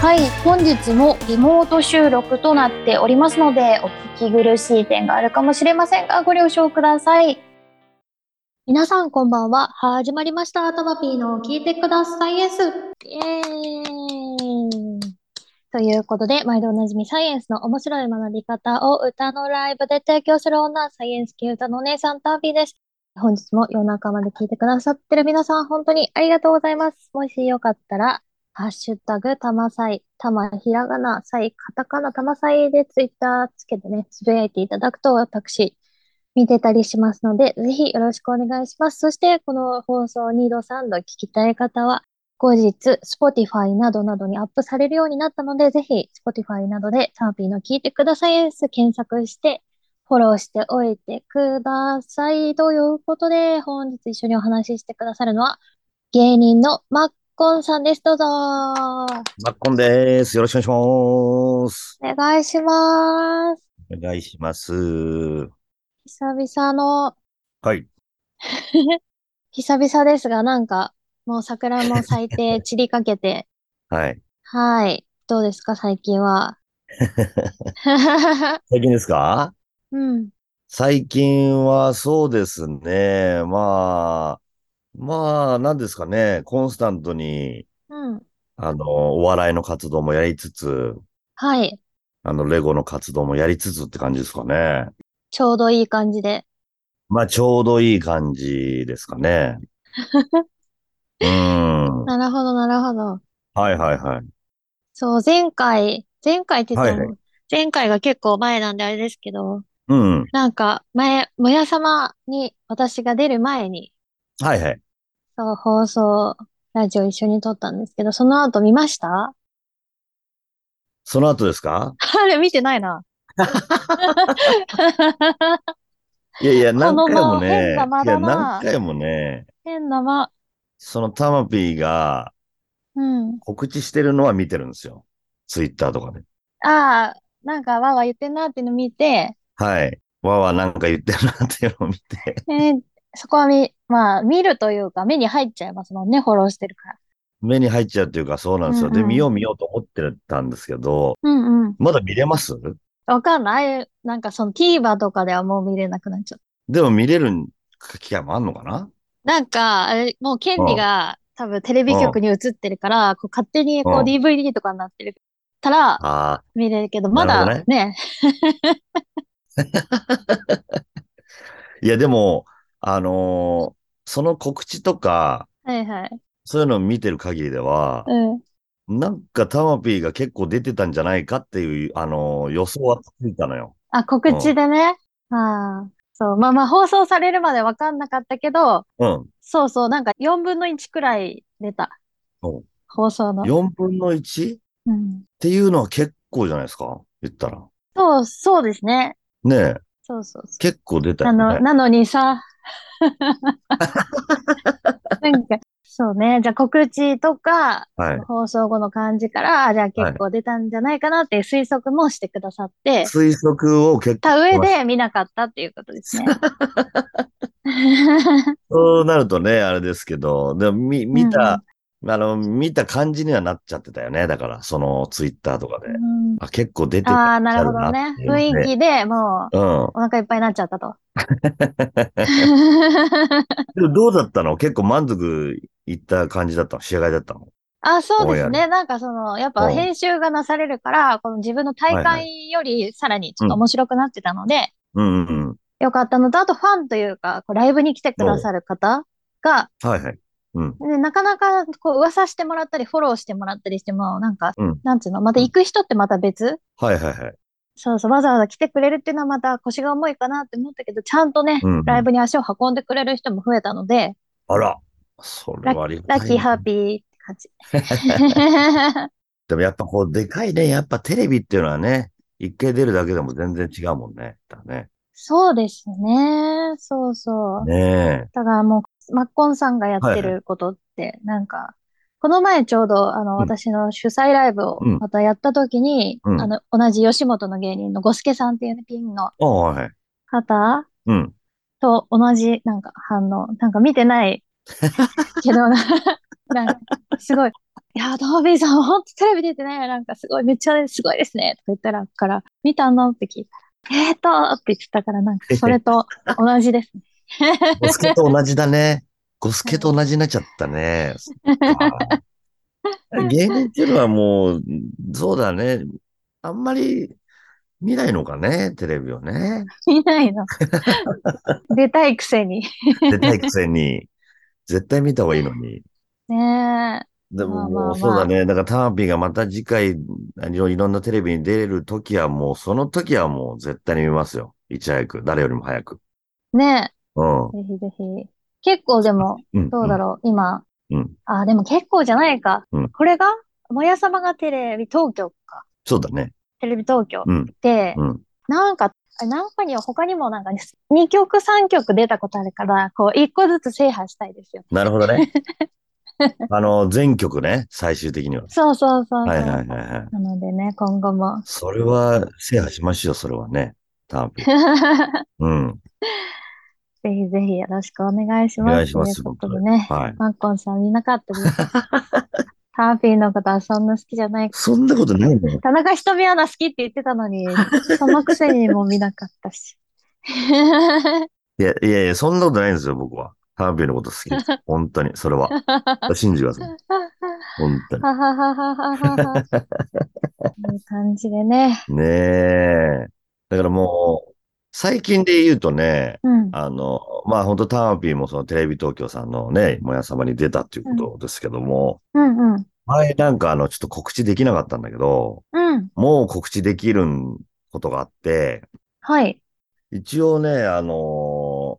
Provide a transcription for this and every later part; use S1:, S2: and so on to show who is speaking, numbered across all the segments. S1: はい、本日もリモート収録となっておりますので、お聞き苦しい点があるかもしれませんが、ご了承ください。
S2: 皆さんこんばんは。始まりました。トマピーの聞いてくださいエンス。イエーイ。ということで、毎度おなじみサイエンスの面白い学び方を歌のライブで提供する女、サイエンス系歌のお姉さんタービーです。本日も夜中まで聞いてくださってる皆さん、本当にありがとうございます。もしよかったら、ハッシュタグ、たまさい、たまひらがな、さい、カタカナ、たまさいでツイッターつけてね、つぶやいていただくと、私、見てたりしますので、ぜひよろしくお願いします。そして、この放送2度3度聞きたい方は、後日、Spotify などなどにアップされるようになったので、ぜひ、Spotify などでサーピーの聞いてくださいエース検索して、フォローしておいてください。ということで、本日一緒にお話ししてくださるのは、芸人のマッコンさんです。どうぞ。お
S3: マッコンです。よろしくお願いします。
S2: 願いします。
S3: お願いします。
S2: 久々の
S3: はい。
S2: 久々ですが、なんか、もう桜も咲いて散りかけ て、
S3: はい。
S2: はい。どうですか、最近 は。
S3: 最近ですか
S2: うん。
S3: 最近はそうですね。まあ、まあ、なんですかね。コンスタントに、
S2: うん。
S3: あの、お笑いの活動もやりつつ、
S2: はい。
S3: あの、レゴの活動もやりつつって感じですかね。
S2: ちょうどいい感じで。
S3: まあ、ちょうどいい感じですかね。うーん。は
S2: なるほど、なるほど。
S3: いはいはい。
S2: そう、前回、前回って言っても、
S3: はい
S2: 前回が結構前なんであれですけど、
S3: うん。
S2: なんか、前、もやさまに私が出る前に、
S3: はいはい。
S2: そう、放送、ラジオ一緒に撮ったんですけど、その後見ました
S3: その後ですか
S2: あれ見てないな。
S3: いやいや、何
S2: の
S3: 回も
S2: ま変
S3: ね、
S2: ない
S3: や、
S2: 間だな
S3: 何回もね、
S2: 変なま、
S3: そのタマピーが
S2: うん。
S3: 告知してるのは見てるんですよ。ツイッターとかで。
S2: ああ、なんかわーわー言ってんなっていうの見て、
S3: はい。わーわーなんか言ってるなっていうのを見て。
S2: えーそこはみ、まあ、見るというか、目に入っちゃいますもんね、フォローしてるから。
S3: 目に入っちゃうっていうか、そうなんですよ。
S2: うんうん
S3: で、見よう見ようと思ってたんですけど、
S2: うんうん。
S3: まだ見れます
S2: わかんない。ああいうなんかその TVer とかではもう見れなくなっちゃった。
S3: でも見れる機会もあんのかな
S2: なんか、あれ、もう権利が多分テレビ局に移ってるから、こう勝手にこう
S3: うん
S2: DVD とかになってるから
S3: ああ、
S2: 見れるけど、まだ
S3: なるほ
S2: ね、
S3: いや、でも、あのーその告知とか、
S2: はいはい。
S3: そういうのを見てる限りでは、
S2: うん。
S3: なんかタマピーが結構出てたんじゃないかっていう、あのー予想はついたのよ。
S2: あ、告知でね。ああ、そう。まあまあ、放送されるまでわかんなかったけど、
S3: うん。
S2: そうそう、なんか4分の1くらい出た。
S3: お
S2: 放送の。
S3: 4分の 1? っ
S2: うん。
S3: ていうのは結構じゃないですか言ったら。
S2: そう、そうですね。
S3: ねえ、
S2: そうそうそ
S3: 結構出た
S2: う。あ
S3: よ
S2: の、
S3: ね。
S2: なのに さ、なんか、そうね。じゃあ告知とか、
S3: はい。
S2: 放送後の感じから、あじゃあ結構出たんじゃないかなっていう推測もしてくださって、
S3: 推測を結構
S2: た
S3: し
S2: 上
S3: ました。
S2: で見なかったっていうことです ね。
S3: そうなるとね、あれですけど、でも見見た、あの、見た感じにはなっちゃってたよね。だから、そのツイッターとかで。
S2: うん
S3: あ、結構出てた
S2: ああ、なるほどね。雰囲
S3: 気。
S2: 気でもう
S3: うん。
S2: お腹いっぱいになっちゃった と。
S3: でもどうだったの結構満足いった感じだったの仕上がりだったの
S2: あ、そうです
S3: どう
S2: ね。なんかその、やっぱ
S3: うん
S2: 編集がなされるから、この自分の大
S3: はいは
S2: 会よりさらにちょっと面白くなってたので、
S3: うんうんうん。
S2: よかったのと、あとファンというか、こうライブに来てくださる方が、
S3: はいはい。うん。
S2: ねなかなかこう噂してもらったり、フォローしてもらったりしても、なんか
S3: うん、
S2: なんつうの、また行く人ってまた別
S3: はいはいはい。
S2: そうそう、わざわざ来てくれるっていうのはまた腰が重いかなって思ったけど、ちゃんとね、
S3: うんうん
S2: ライブに足を運んでくれる人も増えたので、
S3: あら、それはありがた
S2: ラッ
S3: い
S2: キー
S3: ね
S2: ハッピーって感 じ。
S3: でもやっぱこう、でかいね。やっぱテレビっていうのはね、一回出るだけでも全然違うもんね。だね。
S2: そうですね。そうそう。
S3: ね
S2: だからもう、マッコンさんがやって
S3: はいは
S2: ることって、なんか、この前ちょうど、あの、
S3: ん
S2: 私の主催ライブを
S3: うん
S2: またやった時に、
S3: うん
S2: あの、同じ吉本の芸人のゴスケさんっていうね、ピンの
S3: え。ああ、はい。
S2: 方
S3: うん。
S2: と同じ、 なんか反応、なんか見てないけどな、なんか、すごい、いやー、トマピーさんは本当テレビ出てね、なんかすごい、めっちゃすごいですね、とか言ったら、から、見たのって聞いたら、えーと、って言ってたから、なんかそれと同じですね。
S3: ゴスケと同じだね。ゴスケと同じになっちゃったね。そっか芸人っていうのはもう、そうだね。あんまり見ないのかね、テレビをね。
S2: 見ない の。出たいくせに。
S3: 出たいくせに。絶対見た方がいいのに。
S2: ねえ。
S3: で
S2: まあま
S3: も
S2: あま
S3: も
S2: あ
S3: うそうだね。だからターピーがまた次回、あのいろんなテレビに出れる時はもう、その時はもう絶対に見ますよ。いち早く。誰よりも早く。
S2: ね
S3: うん
S2: え。。ぜひぜひ。結構でも、
S3: うん、
S2: どうだろう、今。
S3: うん
S2: あ、でも結構じゃないか。
S3: うん
S2: これが、もやさまがテレビ東京か。
S3: そうだね。
S2: テレビ東京
S3: うん
S2: で、
S3: うん。
S2: なんか、あなんかには他にもなんか2曲3曲出たことあるから、こう1個ずつ制覇したいですよ。
S3: なるほど ね。あの、全曲ね、最終的には。
S2: そうそうそうそう。
S3: はいはいはいはい。
S2: なのでね、今後も。
S3: それは制覇しましょう、それはね。ターピ ー。
S2: ぜ
S3: うん。
S2: ひぜひよろしくお願いします。
S3: お願いします
S2: ということでね、
S3: はい。
S2: マッコンさん見なかったです。 ターピーのことはそんな好きじゃない。
S3: そんなことないの
S2: 田中ひとみアナ好きって言ってたの に、そのくせにも見なかったし。
S3: いやいやいや、そんなことないんですよ、僕は。ターピーのこと好きです。本当に、それは。信じてください。本当に。
S2: ははははは は。いい感じでね。
S3: ねえ。だからもう、最近で言うとね、
S2: うん。
S3: あの、まあ本当ターピーもそのテレビ東京さんのね、もや様に出たっていうことですけども、
S2: うんうん。
S3: 前なんかあの、ちょっと告知できなかったんだけど、
S2: うん。
S3: もう告知できることがあって、
S2: はい。
S3: 一応ね、あの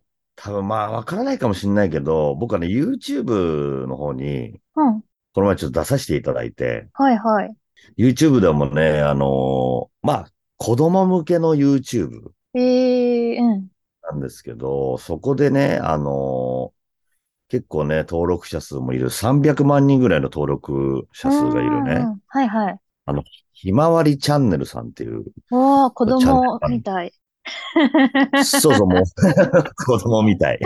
S3: ー多分まあわからないかもしれないけど、僕はね、YouTube の方に、
S2: うん。
S3: この前ちょっと出させていただいて、
S2: はいはい。
S3: YouTube でもね、あのーまあ、子供向けの YouTube
S2: ええうん。
S3: なんですけど、そこでね、あのー結構ね、登録者数もいる、300万人ぐらいの登録者数がいる
S2: うんう
S3: ね、
S2: ん。はいはい。
S3: ひまわりチャンネルさんっていう、
S2: おー、子
S3: ちゃんと
S2: 供
S3: ある
S2: みたい。
S3: そうそう、も う、子供みたい。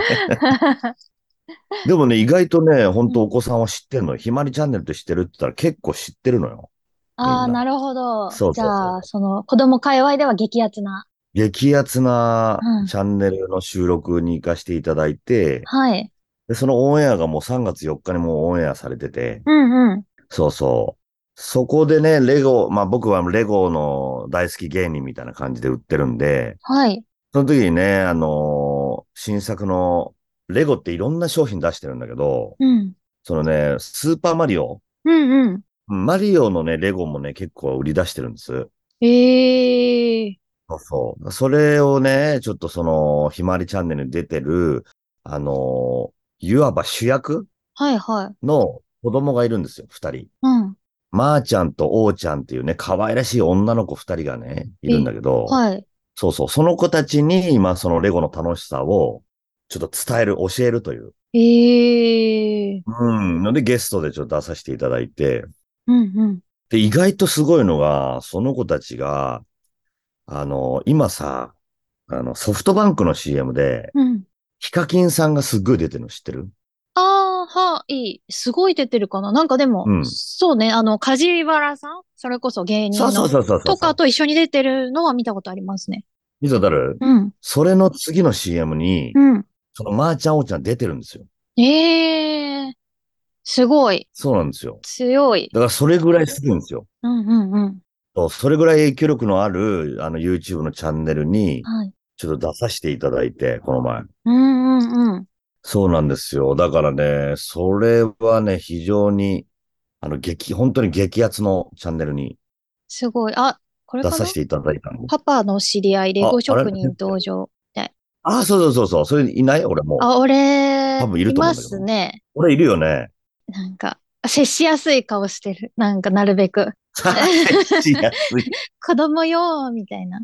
S3: でもね、意外とね、本当お子さんは知ってるのよ。ひまわりチャンネルって知ってるって言ったら結構知ってるのよ。
S2: ああ、
S3: みん
S2: な
S3: な
S2: るほど。
S3: そう
S2: じ
S3: そうそう
S2: ゃあ、その、子供界隈では激アツな。
S3: 激アツな
S2: うん
S3: チャンネルの収録に行かせていただいて、
S2: はい。
S3: でそのオンエアがもう3月4日にもうオンエアされてて、
S2: うんうん。
S3: そうそう。そこでね、レゴ、まあ僕はレゴの大好き芸人みたいな感じで売ってるんで、
S2: はい。
S3: その時にね、あのー新作のレゴっていろんな商品出してるんだけど、
S2: うん。
S3: そのね、スーパーマリオ、
S2: うんうん。
S3: うんマリオのね、レゴもね、結構売り出してるんです。
S2: ええ
S3: そうそう。それをね、ちょっとその、ひまわりチャンネルに出てる、あのーいわば主役
S2: はいはい。
S3: の子供がいるんですよ、二人。
S2: うん。
S3: まーちゃんとおーちゃんっていうね、可愛らしい女の子二人がね、いるんだけど、
S2: はい。
S3: そうそう、その子たちに、今そのレゴの楽しさを、ちょっと伝える、教えるという。
S2: ええ
S3: うん。ので、ゲストでちょっと出させていただいて、
S2: うんうん。
S3: で、意外とすごいのが、その子たちが、あの、今さ、あの、ソフトバンクの CM で、
S2: うん。
S3: ヒカキンさんがすっごい出てるの知ってる
S2: ああ、はい。すごい出てるかな。なんかでも、
S3: うん
S2: そうね。あの、梶原さんそれこそ芸人
S3: そうそ
S2: の
S3: うそうそうそう。
S2: とかと一緒に出てるのは見たことありますね。
S3: 見たことある
S2: うん。
S3: それの次の CM に、
S2: うん。
S3: そのまーちゃんおーちゃん出てるんですよ。
S2: ええすごい。
S3: そうなんですよ。
S2: 強い。
S3: だからそれぐらいすごいんですよ。
S2: うんうんうん。
S3: そうそれぐらい影響力のある、あの、YouTube のチャンネルに、
S2: はい。
S3: ちょっと出させていただいて、この前。
S2: うんうんうん。
S3: そうなんですよ。だからね、それはね、非常に、あの、激、本当に激アツのチャンネルに
S2: すごい。あ、これ
S3: 出
S2: かな
S3: させていただいたの。
S2: パパの知り合い、レ
S3: ああ
S2: ゴ
S3: れ
S2: 職人登場。
S3: あ、そうそうそうそう。それいない俺もう。
S2: あ、俺、
S3: 多分いると思うんだけど
S2: ますね。
S3: 俺いる よね。
S2: なんか、接しやすい顔してる。なんか、なるべく。
S3: いやそう
S2: 子供よー、みたいな。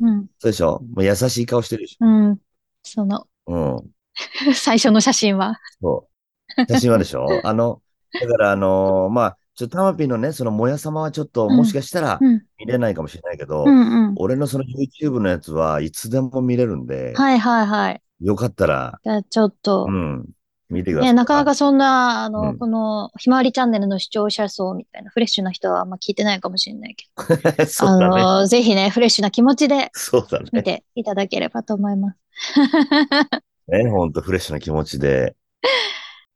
S2: うん。
S3: でしょもう優しい顔してるでし
S2: うん。その、
S3: ょ。うん。
S2: 最初の写真は。
S3: そう。写真はでしょあの、だからあのーまあ、ちょっとタマピーのね、そのもやさまはちょっと、
S2: うん
S3: もしかしたら
S2: うん。
S3: 見れないかもしれないけど、
S2: うんうん。
S3: 俺のその YouTube のやつはいつでも見れるんで、
S2: はいはいはい。
S3: よかったら、
S2: じゃあ、ちょっと
S3: う、ん。見てくださ
S2: ね、
S3: い。
S2: なかなかそんな、あの、
S3: うん
S2: この、ひまわりチャンネルの視聴者層みたいな、フレッシュな人はあんま聞いてないかもしれないけど、
S3: か、そ
S2: あ
S3: うだね。
S2: の、ぜひね、フレッシュな気持ちで
S3: そうだ
S2: 見
S3: ね。
S2: ていただければと思います。
S3: ね、ほんとフレッシュな気持ちで。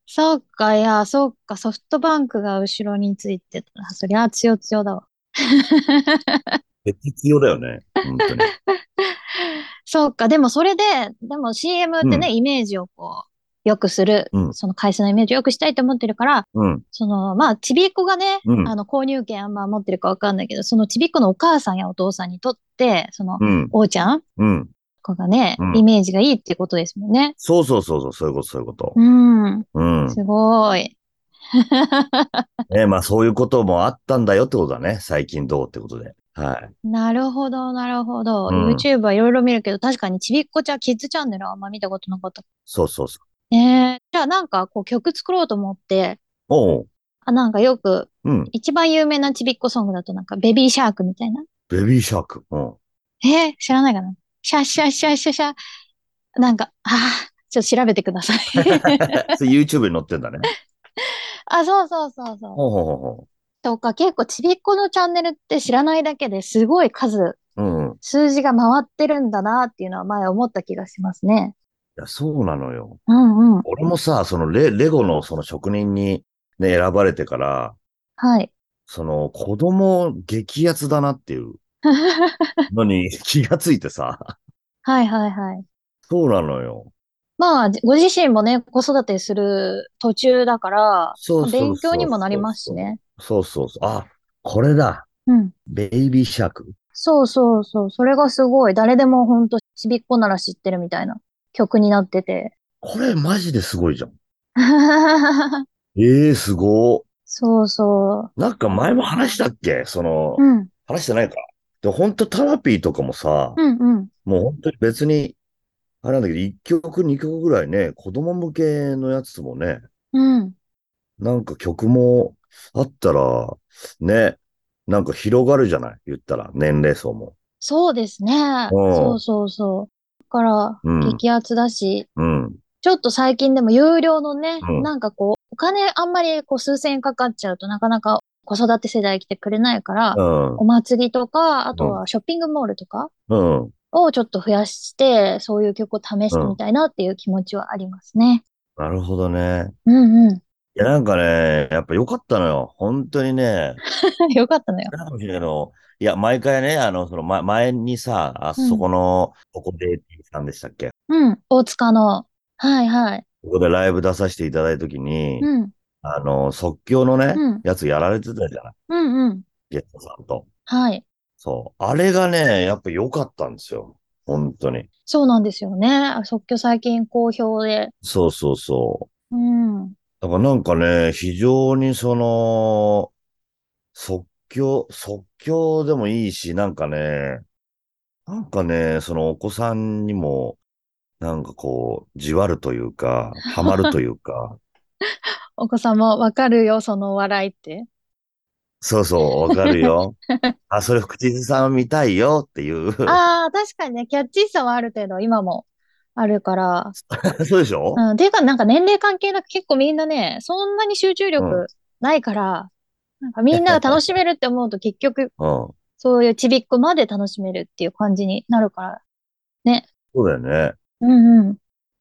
S2: そうか、いや、そうか、ソフトバンクが後ろについてた。あそりゃ、強強だわ。
S3: 必要だよね。本当に。
S2: そうか、でもそれで、でも CM ってね、
S3: う
S2: イメージをこう、良くする、
S3: うん
S2: その会社のイメージを良くしたいと思ってるから、
S3: うん。
S2: その、まあ、ちびっ子がね、
S3: うん
S2: あの、購入権あんま持ってるかわかんないけど、そのちびっ子のお母さんやお父さんにとって、その、
S3: うん。
S2: おうちゃん
S3: うん。
S2: 子がね、
S3: うん
S2: イメージがいいってことですもんね。
S3: そうそうそうそう、そういうこと、そういうこと。
S2: うん、
S3: うん。
S2: すごい。
S3: ね、まあそういうこともあったんだよってことだね。最近どうってことで。はい。
S2: なるほど、なるほど。
S3: うん
S2: YouTube はいろいろ見るけど、確かにちびっこちゃん、キッズチャンネルはあんま見たことなかった。
S3: そうそうそう。
S2: ねえじゃあなんかこう曲作ろうと思って、
S3: おう。
S2: あ、なんかよく
S3: うん。
S2: 一番有名なちびっこソングだとなんかベビーシャークみたいな。
S3: ベビーシャーク。うん。
S2: えー知らないかなシャッシャッシャッシャッシャッ。なんか、あーちょっと調べてください。
S3: それ YouTube に載ってんだね。
S2: あ、そうそうそうそう。
S3: ほうほうほうほ
S2: とか結構ちびっこのチャンネルって知らないだけですごい数、
S3: う。うん。い
S2: 数字が回ってるんだなっていうのは前思った気がしますね。
S3: や、そうなのよ。
S2: うんうん。
S3: 俺もさ、そのレレゴのその職人にね、選ばれてから、
S2: はい。
S3: その子供激アツだなっていう のに気がついてさ。
S2: はいはいはい。
S3: そうなのよ。
S2: まあ、ご自身もね、子育てする途中だから、
S3: そうそうそう
S2: 勉強にもなりますしね。
S3: そうそうそう。あ、これだ。
S2: うん。
S3: ベイビーシャーク。
S2: そうそうそう。それがすごい。誰でもほんとちびっこなら知ってるみたいな曲になってて。
S3: これマジですごいじゃん。ええすご
S2: そうそ
S3: ー。なんか前も話したっけその
S2: う。、うん。
S3: 話してないか。で、ほんとタラピーとかもさ、
S2: うんうん。
S3: もう本当に別に、あれなんだけど、1曲、2曲ぐらいね、子供向けのやつもね、
S2: うん。
S3: なんか曲もあったら、ね、なんか広がるじゃない言ったら、年齢層も。
S2: そうですね。そうそうそう。だから、
S3: うん
S2: 激アツだし、
S3: うん。
S2: ちょっと最近でも有料のね、
S3: うん
S2: なんかこう、お金あんまりこう数千円かかっちゃうとなかなか子育て世代来てくれないから
S3: う、ん。
S2: お祭りとか、あとはショッピングモールとか
S3: うん。
S2: をちょっと増やして、そういう曲を試してみたいなっていう気持ちはありますね。
S3: なるほどね。
S2: うん う
S3: いや、なんかね、やっぱ良かったのよ。本当にね、
S2: ん。よかったのよ。
S3: なんかもしれないけど、いや、毎回ね、あの、その、ま、前にさ、あ
S2: うん
S3: そこの、ここで、さんでしたっけ
S2: うん。大塚の。はいはい。
S3: ここでライブ出させていただいたときに、
S2: うん。
S3: あの、即興のね、
S2: うん。
S3: やつやられてたじゃない
S2: うんうん。
S3: ゲストさんと。
S2: はい。
S3: そう。あれがね、やっぱ良かったんですよ。本当に。
S2: そうなんですよね。即興最近好評で。
S3: そうそうそ
S2: うん。
S3: う。だからなんかね、非常にその、即興、即興でもいいし、なんかね、なんかね、そのお子さんにも、なんかこう、じわるという か、ハマるというか、
S2: お子さんもわかるよ、その笑いって。
S3: そうそう、わかる よ。あ、それ福地さん見たいよっていう。
S2: ああ、確かにね、キャッチーさはある程度今もあるから。
S3: そうでしょ
S2: うん、ていうか、なんか年齢関係なく結構みんなね、そんなに集中
S3: うん
S2: 力ないから、なんかみんなが楽しめるって思うと結局、
S3: うん。
S2: そういうちびっこまで楽しめるっていう感じになるから。
S3: そうだよね。
S2: うん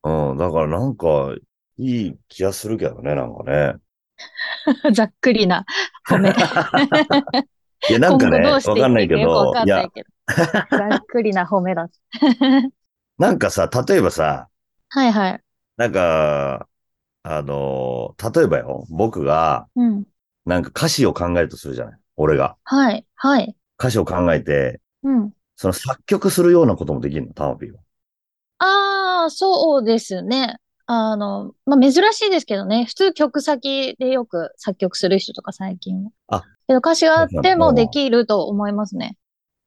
S2: うん。
S3: うん、だからなんか、いい気がするけどね、なんかね。
S2: ざっくり な褒め。
S3: いや、なんか
S2: 今
S3: ね、
S2: 後ど
S3: わ
S2: うして
S3: かんないい
S2: って
S3: け
S2: いくかよくわ
S3: ど、
S2: かん
S3: い
S2: ない
S3: や、
S2: けど。ざっくりな褒めだ。
S3: なんかさ、例えばさ、
S2: はいはい。
S3: なんか、あの、例えばよ、僕が、
S2: うん。
S3: なんか歌詞を考えるとするじゃない俺が。
S2: はい。はい。
S3: 歌詞を考えて、
S2: うん。
S3: その作曲するようなこともできるの、タマピーは。
S2: ああ、そうですね。あの、まあ、珍しいですけどね。普通曲先でよく作曲する人とか最近は。
S3: あ
S2: けど歌詞があってもできると思いますね。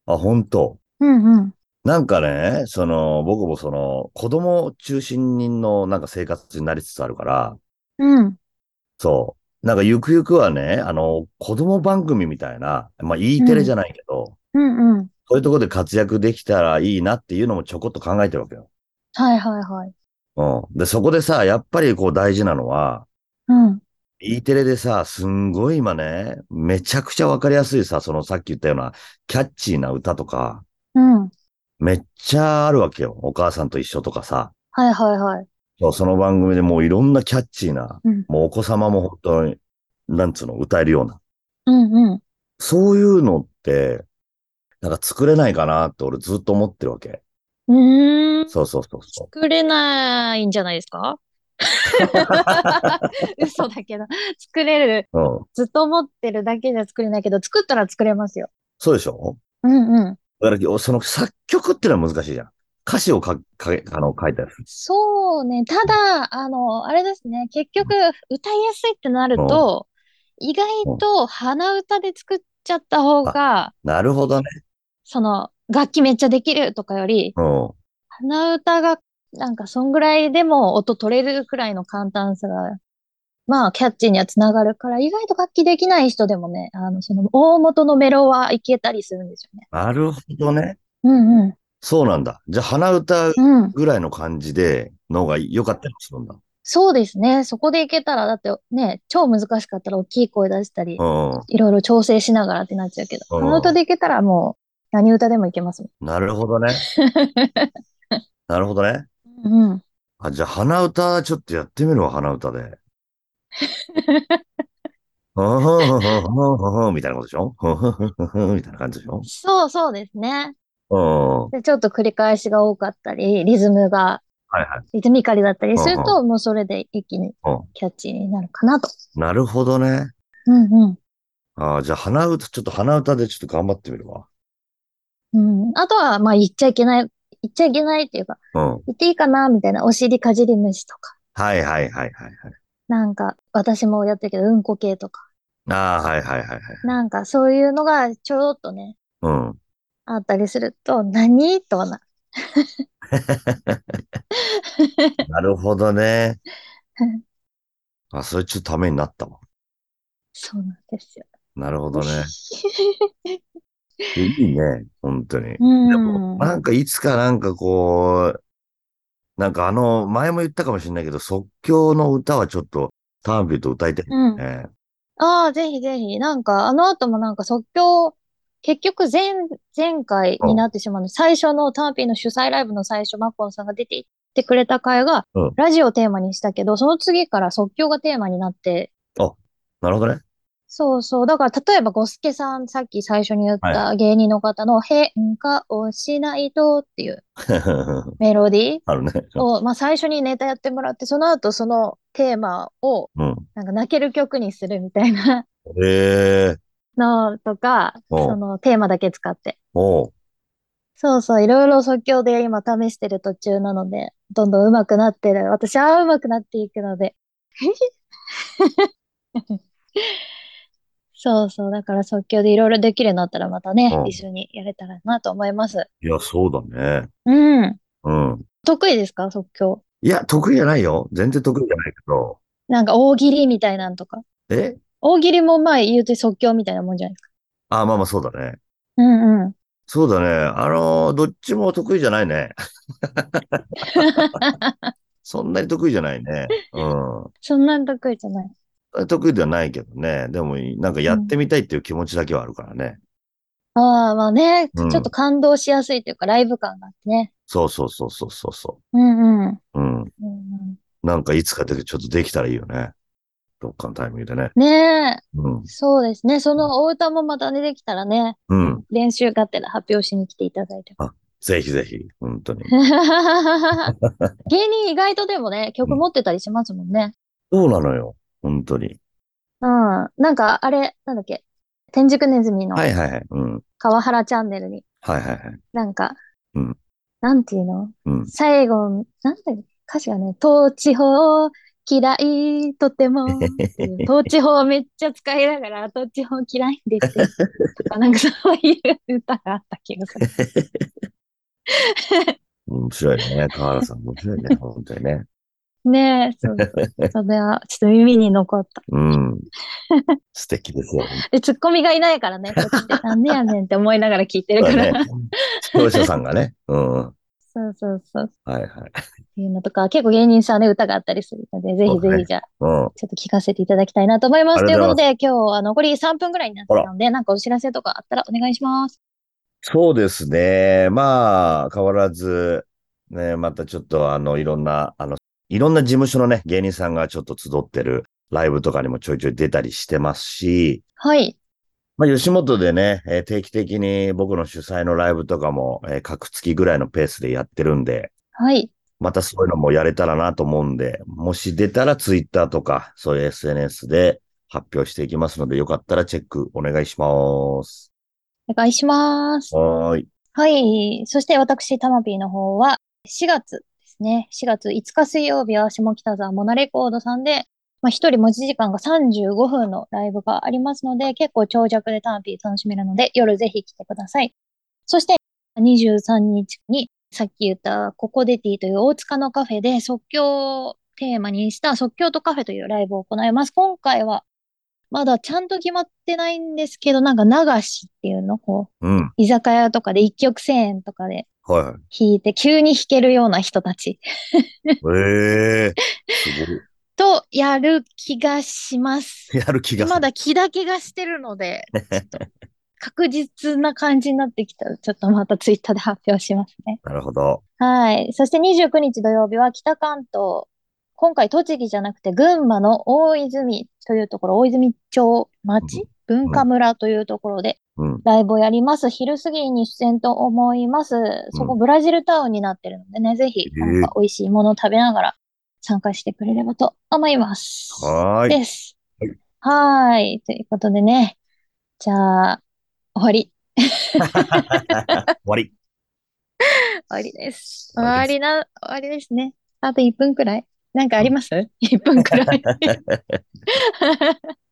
S3: あ、本当
S2: うんうん。
S3: なんかね、その、僕もその、子供中心のなんか生活になりつつあるから、
S2: うん。
S3: そう。なんかゆくゆくはね、あの、子供番組みたいな、まあ E テレじゃないけど、
S2: うんうん。
S3: そういうところで活躍できたらいいなっていうのもちょこっと考えてるわけよ。
S2: はいはいはい。
S3: うん。で、そこでさ、やっぱりこう大事なのは、
S1: うん。
S3: E テレでさ、すんごい今ね、めちゃくちゃわかりやすいさ、そのさっき言ったようなキャッチーな歌とか、
S1: うん。
S3: めっちゃあるわけよ。お母さんと一緒とかさ。
S2: はいはいはい。
S3: そうその番組でもういろんなキャッチーな、
S1: うん
S3: もうお子様も本当に、なんつうの、歌えるような。
S2: うんうん。
S3: そういうのって、なんか作れないかなって俺ずっと思ってるわけ。
S2: うーん。
S3: そうそうそうそ
S2: 作れないんじゃないです か嘘だけど。作れる。
S3: う。うん。
S2: ずっと思ってるだけじゃ作れないけど、作ったら作れますよ。
S3: そうでしょ
S2: うんうん。
S3: だから、その作曲ってのは難しいじゃん。歌詞をか、か、あの、書いたりする。
S2: そうね。ただ、あの、あれですね。結局、歌いやすいってなると、意外と鼻歌で作っちゃった方が、
S3: なるほどね。
S2: その、楽器めっちゃできるとかより、
S3: うん。
S2: 鼻歌が、なんか、そんぐらいでも音取れるくらいの簡単さが、まあ、キャッチーにはつながるから、意外と楽器できない人でもね、あの、その、大元のメロはいけたりするんですよね。
S3: なるほどね。
S2: うんう
S3: そうなんだ。じゃあ、鼻歌
S2: ん。うん。
S3: ぐらいの感じで、の方が良かったりもするんだ。
S2: そうですね。そこでいけたら、だってね、超難しかったら大きい声出したり
S3: う、ん。
S2: いろいろ調整しながらってなっちゃうけど、
S3: うん
S2: 鼻歌でいけたらもう、何歌でもいけますも
S3: なるほどね。なるほどね。
S2: ん。うん。
S3: あ、じゃあ、鼻歌、ちょっとやってみるわ、鼻歌で。ふんふんふんふんふんふんみたいなことでしょふんふんふんふんふんみたいな感じでしょ
S2: そうそうですね。
S3: うん。は
S2: で、ちょっと繰り返しが多かったり、リズムが、
S3: いは
S2: リズミカルだったりする
S3: う
S2: と、もうそれで一気に
S3: うん
S2: キャッチーになるかなと。
S3: い。なるほどね。
S2: うん
S3: あーじゃあ、鼻歌、ちょっと鼻歌でちょっと頑張ってみるわ。
S2: うん。うん。あとは、まあ、言っちゃいけない、言っちゃいけないっていうか、
S3: うん。
S2: 言っていいかなみたいな、お尻かじり虫とか、
S3: はいはいはいはいはい。
S2: なんか、私もやってるけど、うんこ系とか、
S3: ああ、はいはいはいはい。
S2: なんかそういうのがちょろっとね、
S3: うん。
S2: あったりすると、何とはなる。
S3: なるほどね。あ、それちょっとためになったわ。
S2: そうなんですよ。
S3: なるほどね。いいね、本当に。
S2: うん。
S3: でもなんかいつかなんかこう、なんかあの、前も言ったかもしれないけど、即興の歌はちょっと、ターンビーと歌いたい
S2: うん。
S3: ね。
S2: ああ、ぜひぜひ。なんか、あの後もなんか即興、結局前、前回になってしまうので、最初のターピーの主催ライブの最初、マッコンさんが出て行ってくれた回が
S3: うん、
S2: ラジオをテーマにしたけど、その次から即興がテーマになって、
S3: なるほどね。
S2: そうそう。だから、例えば、ゴスケさん、さっき最初に言った芸人の方の、変化をしないとっていうメロディ
S3: あるね。
S2: ーを、まあ、最初にネタやってもらって、その後、そのテーマを、
S3: うん。
S2: なんか泣ける曲にするみたいな。
S3: ええー、
S2: のとか、
S3: うん
S2: そのテーマだけ使って。
S3: おう。
S2: そうそう、いろいろ即興で今試してる途中なので、どんどん上手くなってる。私は上手くなっていくの で。そうそう、だから即興でいろいろできるようになったらまたね、
S3: うん
S2: 一緒にやれたらなと思います。
S3: いや、そうだね。
S2: うん。
S3: うん。
S2: 得意ですか即興。
S3: いや、得意じゃないよ。全然得意じゃないけど。
S2: なんか大喜利みたいなんとか。
S3: え
S2: 大喜利もまあ言うて即興みたいなもんじゃないですか。
S3: あ、まあまあ、そうだね。
S2: うんうん。
S3: そうだね。あのーどっちも得意じゃないね。 そんなに得意じゃないね。う
S2: そんなん得意じゃない。
S3: ん。得意ではないけどね。でも、なんかやってみたいっていう気持ちだけはあるからね。
S2: ああ、まあね、ち
S3: うん
S2: ょっと感動しやすいというか、ライブ感があってね。
S3: そうそうそうそうそうそ
S2: うんうん。
S3: う。うん。
S2: うんうん
S3: なんかいつかでちょっとできたらいいよね。どっかのタイミングでね。
S2: ねえ、
S3: うん。
S2: そうですね。そのお歌もまた出てきたらね、
S3: うん。
S2: 練習がてら発表しに来ていただいて。
S3: ぜひぜひ。本当に。
S2: 芸人意外とでもね、曲持ってたりしますもんね。
S3: そうなのよ。本当に。
S2: うん。なんか、あれ、なんだっけ、天竺ネズミの
S3: はいはいはい。うん。
S2: 川原チャンネルに、
S3: はいはいはい。
S2: なんか
S3: うん、
S2: なんていうの
S3: うん。
S2: 最後、なんだっけ、歌詞がね、統治法嫌い、とても、っていう 統治法めっちゃ使いながら、統治法嫌いんですよとか、なんかそういう歌があった気がする。
S3: 面白いね。河原さん面白いね。 本当にね。
S2: ねえ、そうそうそれは、ちょっと耳に残った。
S3: うん。素敵ですよ。
S2: で、ツッコミがいないからね、こっちでなんでやねんって思いながら聞いてる
S3: そう
S2: か
S3: だ
S2: ら。
S3: ね。視聴者さんがね。うん。
S2: そうそうそう。っ
S3: はいはい。
S2: ていうのとか、結構芸人さんね、歌があったりするので、ぜひぜ
S3: そうね
S2: ひじゃあ、
S3: うん。
S2: ちょっと聞かせていただきたいなと思います。
S3: あ
S2: と
S3: り
S2: いう
S3: が
S2: ことと
S3: うござ
S2: で、今日は残り3分ぐらいになってたので、なんかお知らせとかあったらお願いします。
S3: そうですね。まあ、変わらず、ね、またちょっと、あの、いろんな、あの、いろんな事務所のね、芸人さんがちょっと集ってるライブとかにもちょいちょい出たりしてますし、
S2: はい。
S3: まあ、吉本でね、えー定期的に僕の主催のライブとかも、えー、各月ぐらいのペースでやってるんで、
S2: はい。
S3: またそういうのもやれたらなと思うんで、もし出たらツイッターとか、そういう SNS で発表していきますので、よかったらチェックお願いします。
S2: お願いします。
S3: はーい。
S2: はい。そして私、タマピーの方は、4月ですね。4月5日水曜日は下北沢モナレコードさんで、まあ、一人持ち時間が35分のライブがありますので、結構長尺でタマピー楽しめるので、夜ぜひ来てください。そして、23日に、さっき言ったココデティという大塚のカフェで即興をテーマにした即興とカフェというライブを行います。今回は、まだちゃんと決まってないんですけど、なんか流しっていうの、こう、
S3: うん。
S2: 居酒屋とかで一曲千円とかで
S3: はいはい。
S2: 弾いて、急に弾けるような人たち
S3: ええす
S2: とやる気がします。
S3: ごい。やる気がす
S2: ま
S3: る。
S2: だ気だけがしてるので、ちょっと確実な感じになってきたら、ちょっとまたツイッターで発表しますね。
S3: なるほど。
S2: はい。そして29日土曜日は北関東、今回栃木じゃなくて群馬の大泉というところ、大泉町町、文化村というところで
S3: うん。
S2: ライブをやります。昼過ぎに出演と思います。そこ
S3: うん
S2: ブラジルタウンになってるのでね、ぜひ、
S3: え
S2: なんか美味しいものを食べながら参加してくれればと思います。
S3: はーい。
S2: です。はーい。ということでね、じゃあ、終わり。
S3: 終わり。
S2: 終わりです。終
S3: 終わ
S2: わ
S3: りで
S2: りな、終わりですね。あと1分くらい。なんかあります ?1 分く らい。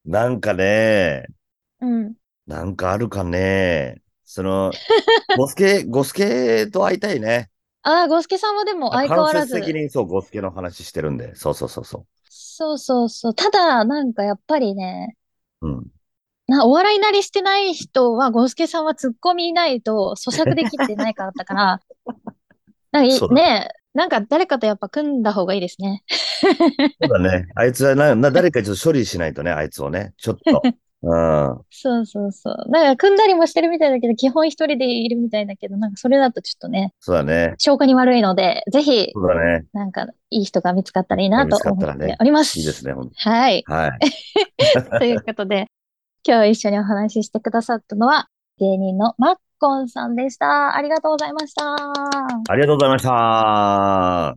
S3: なんかね、
S2: うん。
S3: なんかあるかね。そ の、ゴスケ、ゴスケと会いたいね。
S2: ああ、ゴスケさんはでも相変わら
S3: 間
S2: ず。
S3: 接的にそう、ゴスケの話してるんで。そうそうそうそ
S2: そうそうそう。ただ、なんかやっぱりね、
S3: う。うん。
S2: な、お笑いなりしてない人は、ゴスケさんはツッコミいないと咀嚼できてないからだ から、なんかい
S3: そうだ
S2: ねえ、なんか誰かとやっぱ組んだ方がいいですね。
S3: そうだね。あいつはな、な、誰かちょっと処理しないとね、あいつをね。ちょっ と。うん。
S2: そうそうそう。なんか組んだりもしてるみたいだけど、基本一人でいるみたいだけど、なんかそれだとちょっとね、
S3: そうだね。
S2: 消化に悪いので、ぜひ、
S3: そうだね。
S2: なんかいい人が見つかったらいいなと
S3: 見つかった
S2: 思
S3: ら
S2: っ
S3: ね
S2: ております。
S3: いいですね、ほんと
S2: はい。
S3: はい。
S2: ということで、今日一緒にお話ししてくださったのは、芸人のマッコンさんでした。ありがとうございました。
S3: ありがとうございました。